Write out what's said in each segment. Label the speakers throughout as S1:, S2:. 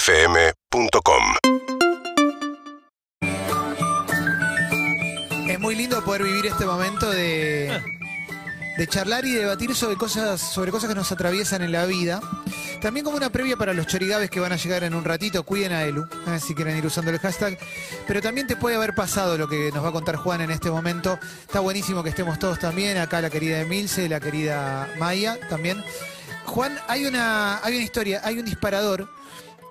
S1: UrbanaPlayFM.com
S2: Es muy lindo poder vivir este momento de, de charlar y debatir sobre cosas, sobre cosas que nos atraviesan en la vida. También como una previa para los chorigaves que van a llegar en un ratito, cuiden a Elu, eh, si quieren ir usando el hashtag. Pero también te puede haber pasado lo que nos va a contar Juan en este momento. Está buenísimo que estemos todos también, acá la querida Emilce, la querida Maya también. Juan, hay una, hay una historia, hay un disparador.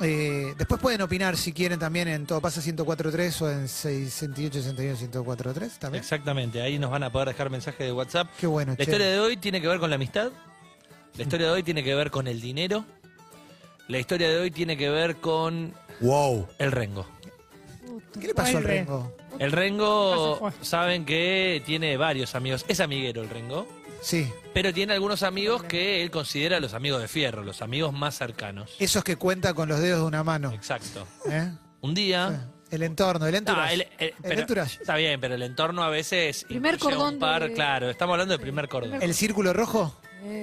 S2: Eh, después pueden opinar si quieren también en Todo Pasa 104.3 o en 68, 61, 104.3 también.
S3: Exactamente, ahí nos van a poder dejar mensajes de WhatsApp.
S2: Qué bueno,
S3: La
S2: che.
S3: historia de hoy tiene que ver con la amistad. La historia de hoy tiene que ver con el dinero. La historia de hoy tiene que ver con
S2: Wow.
S3: el rengo.
S2: ¿Qué le pasó al Rengo?
S3: El
S4: Ya se
S3: rengo,
S4: fue.
S3: saben que tiene varios amigos. Es amiguero el rengo.
S2: Sí,
S3: Pero tiene algunos amigos que él considera los amigos de fierro, los amigos más cercanos.
S2: esos que cuenta con los dedos de una mano.
S3: Exacto.
S2: ¿eh?
S3: Un día.
S2: El entorno, el entorno.
S3: No, el- el- pero-
S2: entourage.
S3: está bien, pero el entorno a veces.
S4: Primer
S3: incluye
S4: cordón
S3: Un par,
S4: de-
S3: Claro, estamos hablando del primer cordón.
S2: ¿El círculo rojo?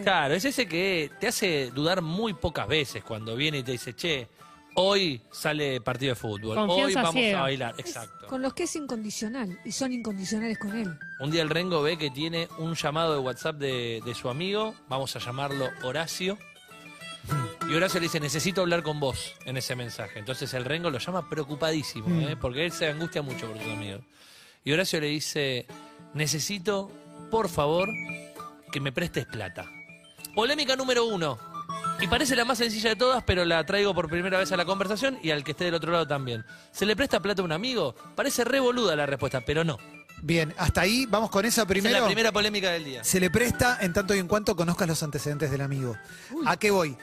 S3: Claro, es ese que te hace dudar muy pocas veces cuando viene y te dice, che, hoy sale partido de fútbol, hoy
S4: Confianza
S3: vamos
S4: ciega.
S3: a bailar. Exacto.
S5: Con los que es incondicional y son incondicionales con él.
S3: Un día el Rengo ve que tiene un llamado de WhatsApp de, de su amigo, vamos a llamarlo Horacio. Y Horacio le dice, necesito hablar con vos en ese mensaje. Entonces el Rengo lo llama preocupadísimo, ¿eh? porque él se angustia mucho por sus amigos. Y Horacio le dice, necesito, por favor, que me prestes plata. Polémica número uno. Y parece la más sencilla de todas, pero la traigo por primera vez a la conversación y al que esté del otro lado también. ¿Se le presta plata a un amigo? Parece revoluda la respuesta, pero no.
S2: Bien, hasta ahí vamos con esa
S3: Esa
S2: primero.
S3: es la primera polémica del día.
S2: Se le presta en tanto y en cuanto conozcas los antecedentes del amigo. ¿A qué voy?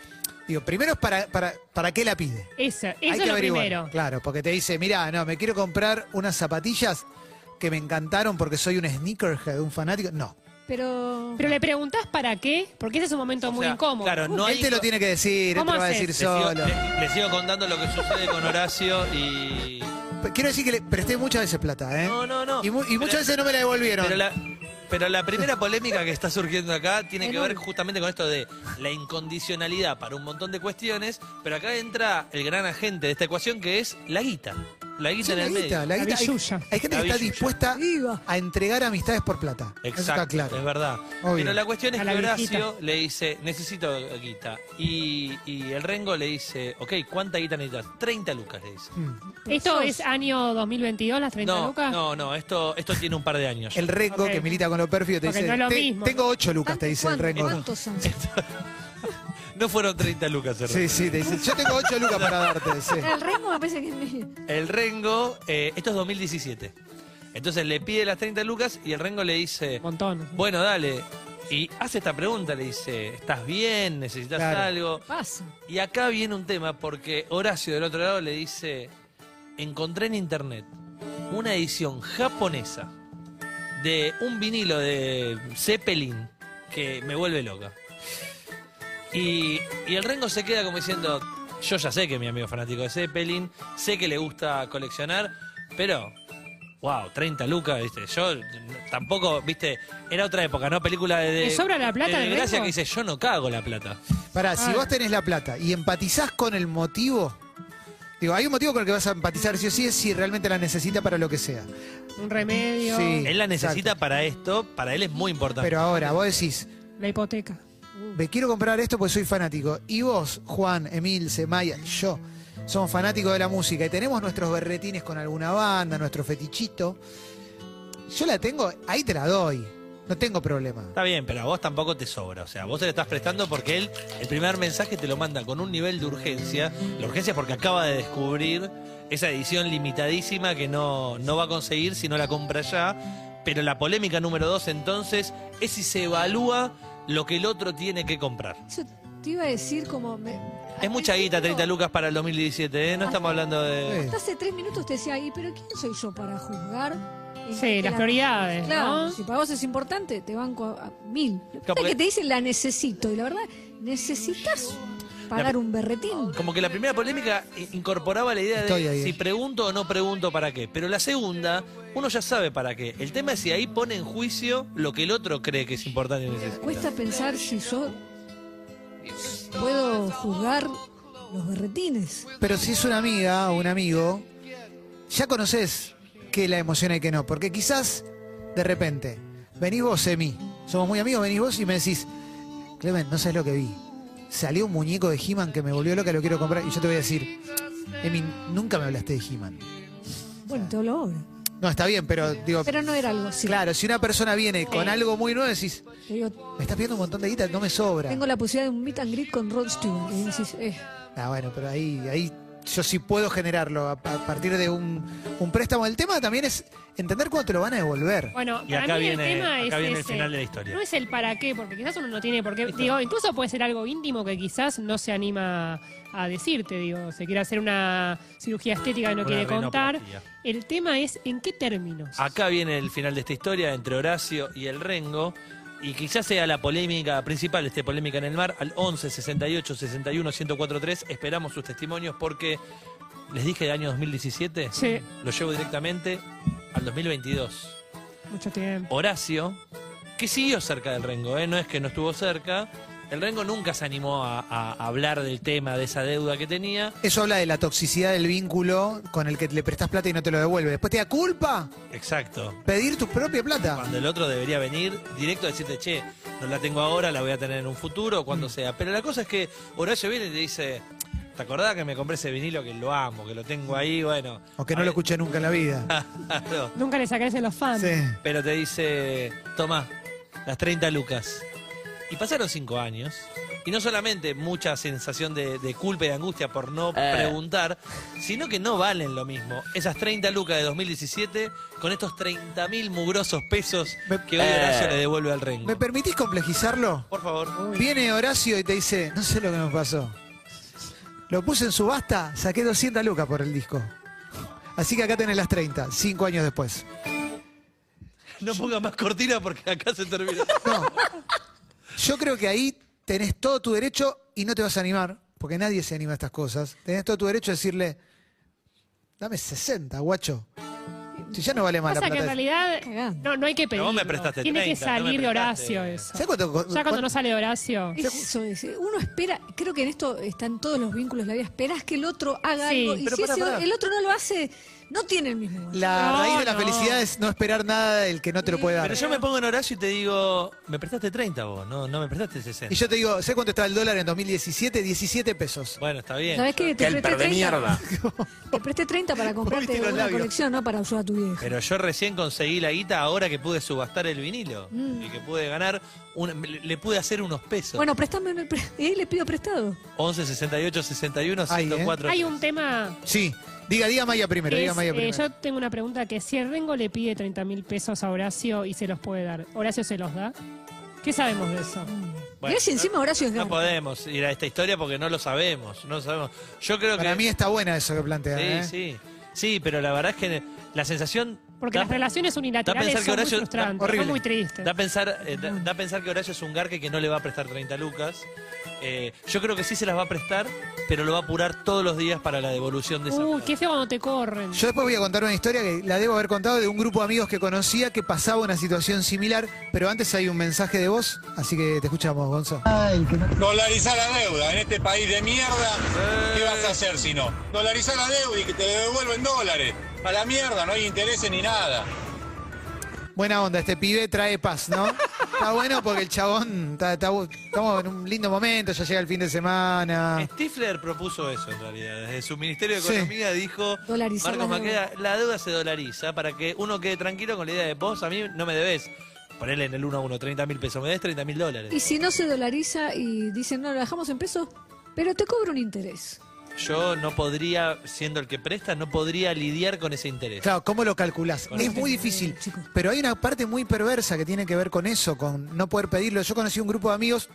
S2: Digo, primero es para, para, para qué la pide.
S4: Eso, eso
S2: Hay
S4: es
S2: que
S4: lo
S2: averiguar.
S4: primero.
S2: Claro, porque te dice, mira, no, me quiero comprar unas zapatillas que me encantaron porque soy un sneakerhead, un fanático. No,
S5: Pero.
S4: Pero le preguntás para qué, porque ese es un momento
S3: O
S4: muy
S3: sea,
S4: incómodo.
S3: Claro, no
S2: él
S3: hay-
S2: te lo tiene que decir, él te
S4: ¿Cómo
S2: lo va a
S4: haces?
S2: decir
S3: Le sigo,
S2: solo.
S3: le- le sigo contando lo que sucede con Horacio y.
S2: Quiero decir que le presté muchas veces plata, ¿eh?
S3: No, no, no.
S2: Y, mu- y
S3: Pero-
S2: muchas veces no me la devolvieron.
S3: Pero la, pero la primera polémica que está surgiendo acá tiene que
S5: Enorme.
S3: ver justamente con esto de la incondicionalidad para un montón de cuestiones, pero acá entra el gran agente de esta ecuación que es la guita. La guita
S2: Sí,
S3: en
S2: la
S3: el
S2: guita,
S3: medio.
S2: la
S4: La
S2: guita. Hay,
S4: billulla.
S2: hay gente
S3: La
S2: que está
S3: billulla.
S2: dispuesta
S5: Viva.
S2: a entregar amistades por plata. Eso está
S3: Exacto,
S2: claro.
S3: es verdad.
S2: Obvio.
S3: Pero la cuestión es
S4: A
S3: que
S4: la
S3: Horacio le dice, necesito guita. Y, y el Rengo le dice, ok, ¿cuánta guita necesitas? 30 lucas, le dice.
S2: Mm.
S4: Esto es año 2022, las 30
S3: No,
S4: lucas.
S3: no, no, esto, esto tiene un par de años.
S2: El rengo
S4: Ok.
S2: que milita con los perfios te
S4: Porque
S2: dice,
S4: no es lo
S2: "Te-
S4: mismo".
S2: tengo ocho lucas, te dice el Este.
S5: ¿Cuántos-
S2: rengo.
S5: ¿Cuántos son?
S3: No fueron 30 lucas, el
S2: Sí,
S3: Rengo.
S2: sí, te dice, yo tengo ocho lucas para darte. sí.
S5: El rango me parece que es.
S3: El Rengo, eh, esto es 2017. Entonces le pide las 30 lucas y el Rengo le dice,
S4: Un montón.
S3: bueno, dale. Y hace esta pregunta, le dice, ¿estás bien? ¿Necesitas
S2: Claro.
S3: algo?
S5: Pasa.
S3: Y acá viene un tema porque Horacio del otro lado le dice, encontré en internet una edición japonesa de un vinilo de Zeppelin que me vuelve loca. Y, y el Rengo se queda como diciendo, yo ya sé que mi amigo es fanático de Zeppelin, sé que le gusta coleccionar, pero... Wow, 30 lucas, viste. Yo n- tampoco, viste, era otra época, ¿no? Película de.
S4: ¿Le sobra la plata
S3: de
S4: del
S3: Gracia
S4: Rengo?
S3: que dice: Yo no cago la plata.
S2: Pará, si vos tenés la plata y empatizás con el motivo, digo, hay un motivo con el que vas a empatizar sí o sí, es si realmente la necesita para lo que sea.
S4: Un remedio.
S2: Sí.
S3: Él la necesita
S2: Exacto.
S3: para esto, para él es muy importante.
S2: Pero ahora, vos decís,
S4: La hipoteca.
S2: me quiero comprar esto porque soy fanático. Y vos, Juan, Emilce, Maya, yo, somos fanáticos de la música y tenemos nuestros berretines con alguna banda, nuestro fetichito. Yo la tengo, ahí te la doy. No tengo problema.
S3: Está bien, pero a vos tampoco te sobra. O sea, vos te le estás prestando porque él, el primer mensaje te lo manda con un nivel de urgencia. La urgencia es porque acaba de descubrir esa edición limitadísima que no, no va a conseguir si no la compra ya. Pero la polémica número dos entonces es si se evalúa lo que el otro tiene que comprar.
S5: Eso te iba a decir como. me-
S3: Es mucha guita, 30 lucas para el 2017, ¿eh? No estamos hablando de...
S5: Hasta hace tres minutos te decía, ¿y pero quién soy yo para juzgar? en
S4: Sí,
S5: qué
S4: las
S5: la-
S4: prioridades,
S5: Claro,
S4: ¿no?
S5: si para vos es importante, te banco a, a mil. Lo que
S3: Claro,
S5: pasa es
S3: porque-
S5: que te dicen la necesito, y la verdad, necesitas pagar un berretín.
S3: Como que la primera polémica i- incorporaba la idea
S2: Estoy
S3: de
S2: ahí, eh.
S3: si pregunto o no pregunto para qué. Pero la segunda, uno ya sabe para qué. El tema es si ahí pone en juicio lo que el otro cree que es importante y necesita.
S5: Cuesta pensar si yo puedo juzgar los berretines.
S2: Pero si es una amiga o un amigo, ya conoces que la emociona y que no. Porque quizás, de repente, venís vos, Emi. Somos muy amigos, venís vos y me decís, Clemen, no sabes lo que vi. Salió un muñeco de He-Man que me volvió loca, lo quiero comprar. Y yo te voy a decir, Emi, nunca me hablaste de He-Man.
S5: Bueno, te hablo ahora.
S2: No, está bien, pero digo.
S5: Pero no era algo así.
S2: Claro, si una persona viene con algo muy nuevo, decís,
S5: Te digo,
S2: me estás pidiendo un montón de guita, no me sobra.
S5: tengo la posibilidad de un meet and greet con Rod Stewart. Y decís, eh,
S2: Ah, bueno, pero ahí, ahí yo sí puedo generarlo a, a partir de un, un préstamo. El tema también es entender cuándo te lo van a devolver.
S4: Bueno,
S6: Y
S4: para
S6: acá
S4: mí
S6: viene-
S4: el tema
S6: acá
S4: es
S6: viene el
S4: ese.
S6: final de la historia.
S4: No es el para qué, porque quizás uno no tiene por qué. Digo, incluso puede ser algo íntimo que quizás no se anima a decirte, digo, se quiere hacer una cirugía estética que no
S6: Una
S4: quiere contar.
S6: rinoplastia.
S4: El tema es en qué términos.
S3: Acá viene el final de esta historia entre Horacio y el Rengo. Y quizás sea la polémica principal, este polémica en el mar, al 11 68 61 1043. Esperamos sus testimonios porque les dije del año 2017,
S4: Sí.
S3: lo llevo directamente al 2022.
S4: Mucho tiempo.
S3: Horacio, que siguió cerca del Rengo, ¿eh? no es que no estuvo cerca. El Rengo nunca se animó a, a hablar del tema, de esa deuda que tenía.
S2: Eso habla de la toxicidad del vínculo con el que le prestas plata y no te lo devuelve. Después te da culpa
S3: Exacto.
S2: pedir tu propia plata.
S3: Cuando el otro debería venir directo a decirte, che, no la tengo ahora, la voy a tener en un futuro,
S2: Mm.
S3: cuando sea. Pero la cosa es que Horacio viene y te dice, ¿te acordás que me compré ese vinilo que lo amo, que lo tengo ahí? Bueno.
S2: O que no lo escuché nunca en la vida.
S3: escuchado.
S4: Nunca le sacarse los fans.
S2: Sí.
S3: Pero te dice, tomá, las 30 lucas. Y pasaron cinco años. Y no solamente mucha sensación de, de culpa y de angustia por no preguntar, sino que no valen lo mismo. Esas 30 lucas de 2017 con estos 30 mil mugrosos pesos
S2: Me-
S3: que hoy Horacio le devuelve al rengo.
S2: ¿Me permitís complejizarlo?
S3: Por favor.
S2: Viene Horacio y te dice, no sé lo que me pasó. Lo puse en subasta, saqué 200 lucas por el disco. Así que acá tenés las 30, cinco años después.
S3: No ponga más cortina porque acá se termina.
S2: No. Yo creo que ahí tenés todo tu derecho y no te vas a animar, porque nadie se anima a estas cosas. Tenés todo tu derecho a decirle, dame 60, guacho. Si ya no vale más la
S4: Pasa
S2: plata.
S4: que en realidad
S5: Cagando.
S4: no, no hay que
S3: Pero
S4: pedir.
S3: vos me prestaste
S4: Tiene que
S3: 30, no me
S4: salir de
S3: prestaste.
S4: Horacio eso.
S2: ¿Sabés cuánto-
S4: Ya cuando no sale de Horacio.
S5: eso es. eh, Uno espera, creo que en esto están todos los vínculos de la vida. Esperás que el otro haga
S4: Sí.
S5: algo. Y
S2: Pero
S5: si
S2: pará,
S5: ese-
S2: pará.
S5: el otro no lo hace, no tiene el mismo. gusto.
S2: La
S4: No,
S2: raíz de la
S4: no.
S2: felicidad es no esperar nada del que no te lo puede dar.
S3: Pero yo me pongo en Horacio y te digo, me prestaste 30 vos, no, no me prestaste
S2: Y
S3: 60.
S2: yo te digo, ¿sé cuánto estaba el dólar en 2017? 17 pesos.
S3: Bueno, está bien.
S5: ¿Sabes qué? Te presté, 30, te presté 30 para comprarte
S2: viste los
S5: una
S2: labios.
S5: colección, no para ayudar a tu vieja.
S3: Pero yo recién conseguí la guita ahora que pude subastar el vinilo
S4: Mm.
S3: y que pude ganar, un- le, le pude hacer unos pesos.
S5: Bueno, préstame un- pre- y ahí le pido prestado.
S3: 11, 68, 61,
S2: Ahí, ¿eh?
S3: 104.
S4: Hay un tema.
S2: Sí. Diga, diga Maya primero,
S4: que
S2: diga
S4: es,
S2: Maya
S4: eh,
S2: primero.
S4: yo tengo una pregunta que si el Rengo le pide 30 mil pesos a Horacio y se los puede dar, ¿Horacio se los da? ¿Qué sabemos de eso?
S3: Bueno,
S5: Mirá si encima Horacio es
S3: No
S5: garca.
S3: podemos ir a esta historia porque no lo sabemos. No lo sabemos. Yo creo
S2: Para
S3: que.
S2: mí está buena eso que plantea. ¿eh?
S3: sí, sí. Sí, pero la verdad es que la sensación.
S4: Porque
S3: da-
S4: las relaciones
S3: da a
S4: unilaterales
S3: pensar
S4: son
S3: que Horacio-
S4: muy frustrantes,
S2: da- horrible.
S4: son muy tristes.
S3: Da a pensar, eh, da, da a pensar que Horacio es un garque que no le va a prestar 30 lucas. Eh, yo creo que sí se las va a prestar, pero lo va a apurar todos los días para la devolución de esa
S4: Uy,
S3: plata.
S4: qué feo cuando te corren.
S2: Yo después voy a contar una historia que la debo haber contado de un grupo de amigos que conocía que pasaba una situación similar, pero antes hay un mensaje de voz, así que te escuchamos, Gonzo.
S7: Dolarizar la deuda en este país de mierda. ¿Qué vas a hacer si no? Dolarizar la deuda y que te devuelven dólares. A la mierda, no hay intereses ni nada.
S2: Buena onda, este pibe trae paz, ¿no? Está bueno porque el chabón, está- está bu- estamos en un lindo momento, ya llega el fin de semana.
S3: Stifler propuso eso en realidad. Desde su Ministerio de
S2: Ah. Sí.
S3: Economía dijo,
S5: Dolarizar
S3: Marcos
S5: la deuda.
S3: Maqueda, la deuda se dolariza para que uno quede tranquilo con la idea de vos, a mí no me debes. Ponele en el 1 a 1, 30 mil pesos, me des 30 mil dólares.
S5: Y si no se dolariza y dicen, no, lo dejamos en pesos, pero te cobro un interés.
S3: Yo no podría, siendo el que presta, no podría lidiar con ese interés.
S2: Claro, ¿cómo lo calculás? Es muy difícil,
S5: chicos.
S2: pero hay una parte muy perversa que tiene que ver con eso, con no poder pedirlo. Yo conocí un grupo de amigos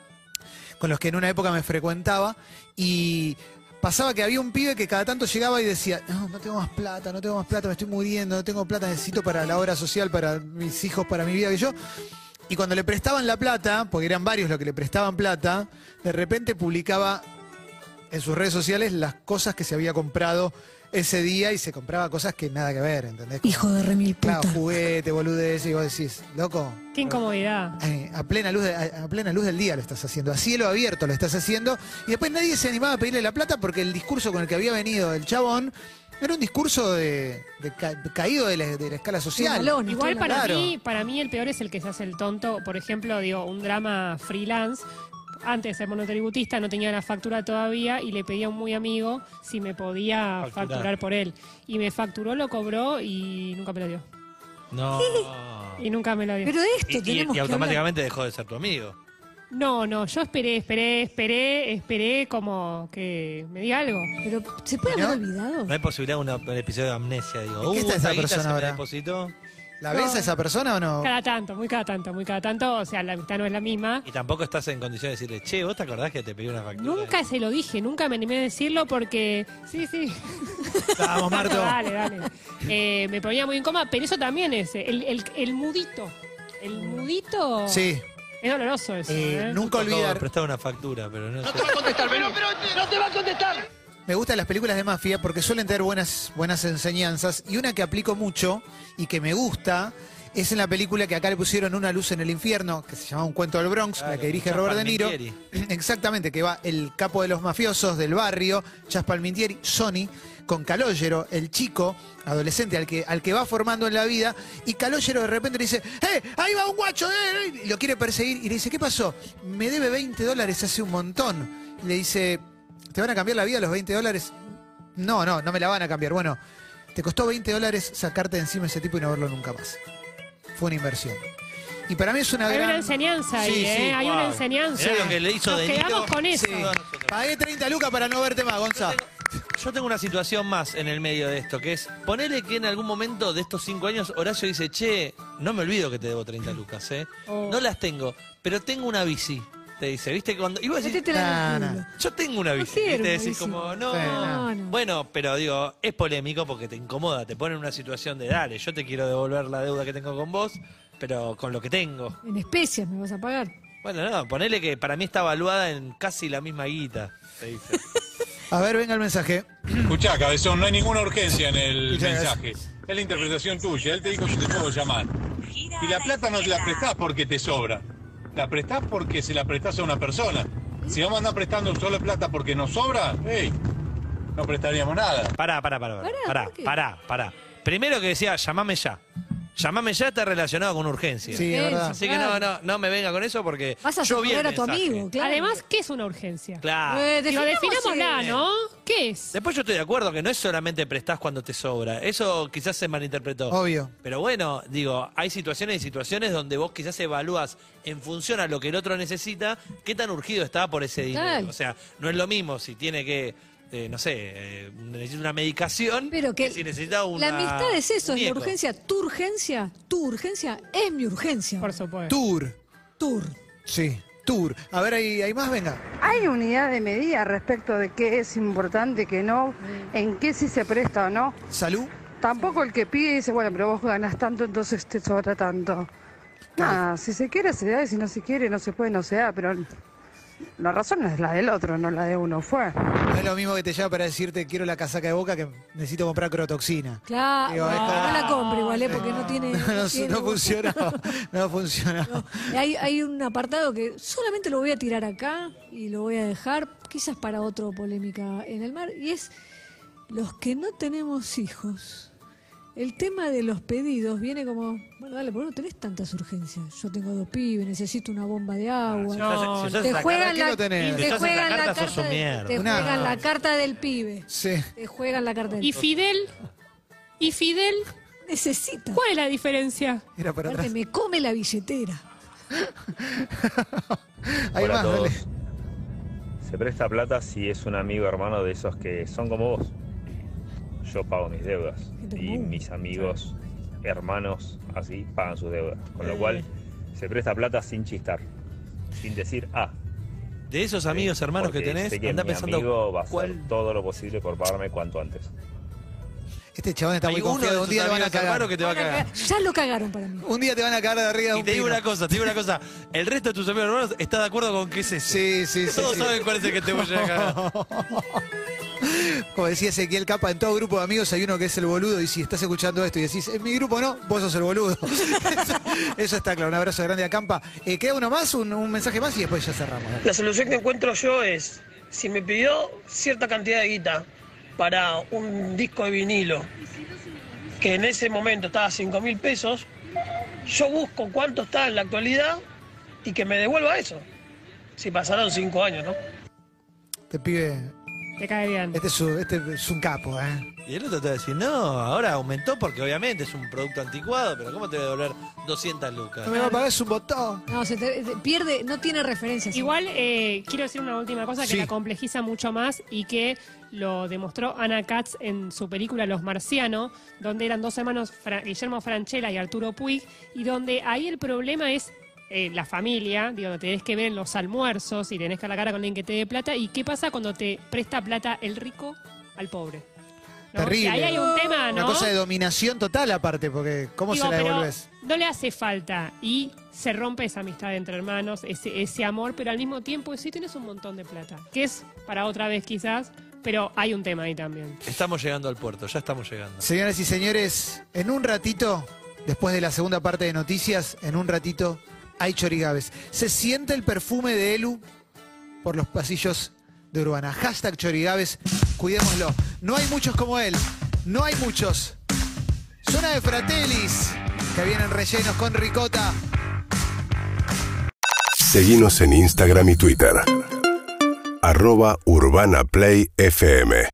S2: con los que en una época me frecuentaba y pasaba que había un pibe que cada tanto llegaba y decía, no, no tengo más plata, no tengo más plata, me estoy muriendo, no tengo plata, necesito para la obra social, para mis hijos, para mi vida que yo. Y cuando le prestaban la plata, porque eran varios los que le prestaban plata, de repente publicaba en sus redes sociales las cosas que se había comprado ese día y se compraba cosas que nada que ver, ¿entendés? Como,
S5: Hijo de remil puta.
S2: Claro, juguete, boludez, y vos decís, loco.
S4: Qué incomodidad.
S2: eh, a, plena luz de- a, a plena luz del día lo estás haciendo, a cielo abierto lo estás haciendo. Y después nadie se animaba a pedirle la plata porque el discurso con el que había venido el chabón era un discurso de, de ca- caído de la, de la escala social.
S5: Malón,
S4: Igual
S5: estoy
S4: para
S2: claro.
S4: mí, para mí el peor es el que se hace el tonto. Por ejemplo, digo, un drama freelance. Antes de ser monotributista no tenía la factura todavía y le pedí a un muy amigo si me podía
S3: Facturar.
S4: facturar, por él. Y me facturó, lo cobró y nunca me lo dio.
S3: No.
S4: Y nunca me lo dio.
S5: Pero de esto
S3: Y, y-
S5: tenemos
S3: y
S5: que hablar.
S3: automáticamente dejó de ser tu amigo.
S4: No, no, yo esperé, esperé, esperé, esperé como que me diga algo.
S5: Pero se puede haber olvidado.
S3: No hay posibilidad de una- un episodio de amnesia, digo.
S2: ¿En qué está
S3: "Uh,
S2: esa
S3: guita
S2: persona
S3: se me
S2: ahora?"
S3: depositó.
S2: ¿La ves a esa persona o no?
S4: Cada tanto, muy cada tanto, muy cada tanto. O sea, la amistad no es la misma.
S3: Y tampoco estás en condiciones de decirle, che, ¿vos te acordás que te pedí una factura?
S4: Nunca se lo dije, nunca me animé a decirlo porque. Sí, sí.
S2: Vamos, Marto.
S4: Dale, dale. Eh, me ponía muy en coma, pero eso también es. eh, El, el, el mudito. El mudito.
S2: Sí,
S4: Es doloroso eso.
S2: eh,
S4: ¿eh?
S2: nunca
S3: Acabo de
S2: olvidar.
S3: prestar una factura, pero no, sé.
S2: Me gustan las películas de mafia porque suelen tener buenas, buenas enseñanzas y una que aplico mucho y que me gusta es en la película que acá le pusieron Una luz en el infierno, que se llama Un cuento del Bronx, la
S3: Claro,
S2: que dirige
S3: Chas
S2: Robert De Niro.
S3: Palmentieri.
S2: Exactamente, que va el capo de los mafiosos del barrio, Chas Palmintieri, Sony, con Calogero, el chico adolescente al que, al que va formando en la vida, y Calogero de repente le dice, ¡eh! Ahí va un guacho, eh", y lo quiere perseguir, y le dice, ¿qué pasó? Me debe 20 dólares hace un montón. Y le dice, ¿te van a cambiar la vida los 20 dólares? No, no, no me la van a cambiar. Bueno, te costó 20 dólares sacarte de encima ese tipo y no verlo nunca más. Fue una inversión. Y para mí es una
S4: Hay
S2: gran...
S4: una enseñanza ahí,
S2: Sí,
S4: ¿eh?
S2: sí,
S4: Hay una
S3: guau.
S4: enseñanza.
S3: Mirá lo que le hizo
S4: Nos
S3: De Niro.
S4: quedamos con eso.
S2: Sí. Pagué 30 lucas para no verte más, Gonza.
S3: Yo tengo una situación más en el medio de esto, que es ponele que en algún momento de estos cinco años Horacio dice, che, no me olvido que te debo 30 lucas, ¿eh?
S4: Oh.
S3: No las tengo, pero tengo una bici, te dice, ¿viste? Cuando... Y vos decís,
S5: Métetela en el
S2: Nah,
S5: culo.
S3: yo tengo una
S5: No
S3: bici,
S5: quiero
S3: y te
S5: una
S3: decís
S5: bici.
S3: como, no,
S2: Sí,
S5: no, no.
S3: Bueno, pero digo, es polémico porque te incomoda, te pone en una situación de, dale, yo te quiero devolver la deuda que tengo con vos, pero con lo que tengo.
S5: En especias me vas a pagar.
S3: Bueno, no, ponele que para mí está evaluada en casi la misma guita, te dice.
S2: A ver, venga el mensaje.
S7: Escuchá, cabezón, no hay ninguna urgencia en el
S2: Muchas
S7: mensaje. Es la interpretación tuya. Él te dijo que te puedo llamar. Y la plata no te la prestás porque te sobra. La prestás porque se la prestás a una persona. Si vamos a andar prestando solo plata porque nos sobra, hey, no prestaríamos nada.
S3: Pará, pará, pará, pará,
S5: Pará,
S3: pará,
S5: ¿por qué?
S3: pará, pará. Primero que decía, llamame ya. Llamame ya está relacionado con urgencia.
S2: Sí, es verdad.
S3: Así que no, no, no me venga con eso porque
S5: Vas a
S3: yo vi el
S5: socorrer a tu
S3: mensaje. Ah.
S5: amigo, claro.
S4: Además, ¿qué es una urgencia?
S3: Claro.
S5: Eh,
S4: Digo,
S5: definamos
S4: definámosla,
S5: el-
S4: ¿no? ¿Qué es?
S3: Después yo estoy de acuerdo que no es solamente prestás cuando te sobra. Eso quizás se malinterpretó.
S2: Obvio.
S3: Pero bueno, digo, hay situaciones y situaciones donde vos quizás evalúas en función a lo que el otro necesita, qué tan urgido está por ese dinero.
S5: Total.
S3: O sea, no es lo mismo si tiene que, eh, no sé, eh, necesita una medicación
S5: Pero que,
S3: si necesita una...
S5: la amistad es eso,
S3: un
S5: es la
S3: nieto.
S5: urgencia. Tu urgencia, tu urgencia es mi urgencia.
S4: Por supuesto.
S2: Tour.
S5: Tour.
S2: Sí, tour. A ver, ¿hay, hay más? Venga.
S6: ¿Hay unidad de medida respecto de qué es importante, qué no, en qué sí se presta o no?
S2: Salud.
S6: Tampoco el que pide dice, bueno, pero vos ganás tanto, entonces te sobra tanto. Nada, si se quiere se da y si no se quiere no se puede, no se da, pero la razón es la del otro, no la de uno. Fue.
S2: No es lo mismo que te llama para decirte quiero la casaca de boca que necesito comprar crotoxina.
S5: Claro,
S2: Digo,
S5: no,
S2: es como-
S5: la compre igual, ¿eh? porque no tiene.
S2: No, no,
S5: tiene-
S2: no funcionaba. No funcionaba.
S5: Hay, hay un apartado que solamente lo voy a tirar acá y lo voy a dejar, quizás para otro polémica en el mar, y es los que no tenemos hijos. El tema de los pedidos viene como, bueno, dale, ¿por qué no tenés tantas urgencias? Yo tengo dos pibes, necesito una bomba de agua.
S3: Si
S2: Ah,
S3: usás- si usás
S5: te
S3: esa
S5: juegan
S2: ¿qué
S5: la,
S2: lo tenés?
S5: te
S3: Si usás
S5: juegan
S3: esa
S5: la
S3: carta, sos
S5: carta
S3: un
S5: de-
S3: mierda.
S5: te
S2: Una-
S5: juegan la carta del pibe.
S2: Sí.
S5: Te juegan la carta del
S4: ¿Y
S5: pibe.
S4: Fidel? ¿Y Fidel?
S5: Necesita.
S4: ¿Cuál es la diferencia?
S2: Era para
S5: Aparte,
S2: atrás.
S5: me come la billetera.
S2: Hay
S8: Hola
S2: más,
S8: a todos.
S2: dale.
S8: Se presta plata si es un amigo hermano de esos que son como vos. Yo pago mis deudas
S5: Gente
S8: y
S5: común.
S8: mis amigos hermanos así pagan sus deudas. Con lo cual se presta plata sin chistar, sin decir ah.
S3: De esos amigos
S8: eh,
S3: hermanos que
S8: porque
S3: tenés,
S8: sé que
S3: anda
S8: mi
S3: pensando
S8: amigo va a hacer
S3: cuál...
S8: todo lo posible por pagarme cuanto antes.
S2: Este chabón está
S3: Hay
S2: muy
S3: uno de
S2: confiado. Un
S3: tus
S2: día lo van a
S3: amigos
S2: cagar.
S3: hermanos que te va a cagar.
S5: Ya lo cagaron para mí.
S2: Un día te van a cagar de arriba. de
S3: Y
S2: un
S3: te digo
S2: pino.
S3: una cosa, te digo una cosa. El resto de tus amigos hermanos está de acuerdo con que es ese.
S2: Sí, sí, sí.
S3: Todos
S2: sí.
S3: saben cuál es el que te voy a cagar.
S2: Como decía Ezequiel Capa, en todo grupo de amigos hay uno que es el boludo. Y si estás escuchando esto y decís, en mi grupo no, vos sos el boludo. eso, eso está claro. Un abrazo grande a Campa. Eh, queda uno más, un, un mensaje más y después ya cerramos. ¿eh? dale.
S9: La solución que encuentro yo es, si me pidió cierta cantidad de guita para un disco de vinilo, que en ese momento estaba a 5 mil pesos, yo busco cuánto está en la actualidad y que me devuelva eso. Si pasaron 5 años, ¿no?
S2: Este pibe,
S4: Te cae bien.
S2: este es, su- este es un capo, ¿eh?
S3: Y el otro te va a decir, no, ahora aumentó porque obviamente es un producto anticuado, pero ¿cómo te voy a devolver 200 lucas?
S2: No me va a pagar su botón.
S5: No, se te- te- pierde, no tiene referencias.
S4: Igual eh, quiero decir una última cosa que
S2: Sí.
S4: la complejiza mucho más y que lo demostró Anna Katz en su película Los Marcianos, donde eran dos hermanos, Fra- Guillermo Franchella y Arturo Puig, y donde ahí el problema es eh, la familia, digo, donde tenés que ver en los almuerzos y tenés que la cara con alguien que te dé plata, y qué pasa cuando te presta plata el rico al pobre. ¿No?
S2: Terrible.
S4: Y ahí hay un tema, ¿no?
S2: Una cosa de dominación total aparte, porque ¿cómo
S4: Digo,
S2: se la
S4: pero
S2: devolves?
S4: No le hace falta y se rompe esa amistad entre hermanos, ese, ese amor, pero al mismo tiempo sí tienes un montón de plata, que es para otra vez quizás, pero hay un tema ahí también.
S3: Estamos llegando al puerto, ya estamos llegando.
S2: Señoras y señores, en un ratito, después de la segunda parte de noticias, en un ratito hay chorigaves. Se siente el perfume de Elu por los pasillos de Urbana. Hashtag chorigaves, cuidémoslo. No hay muchos como él, no hay muchos. Zona de Fratellis, que vienen rellenos con ricota.
S1: Seguinos en Instagram y Twitter. Arroba Urbana Play FM.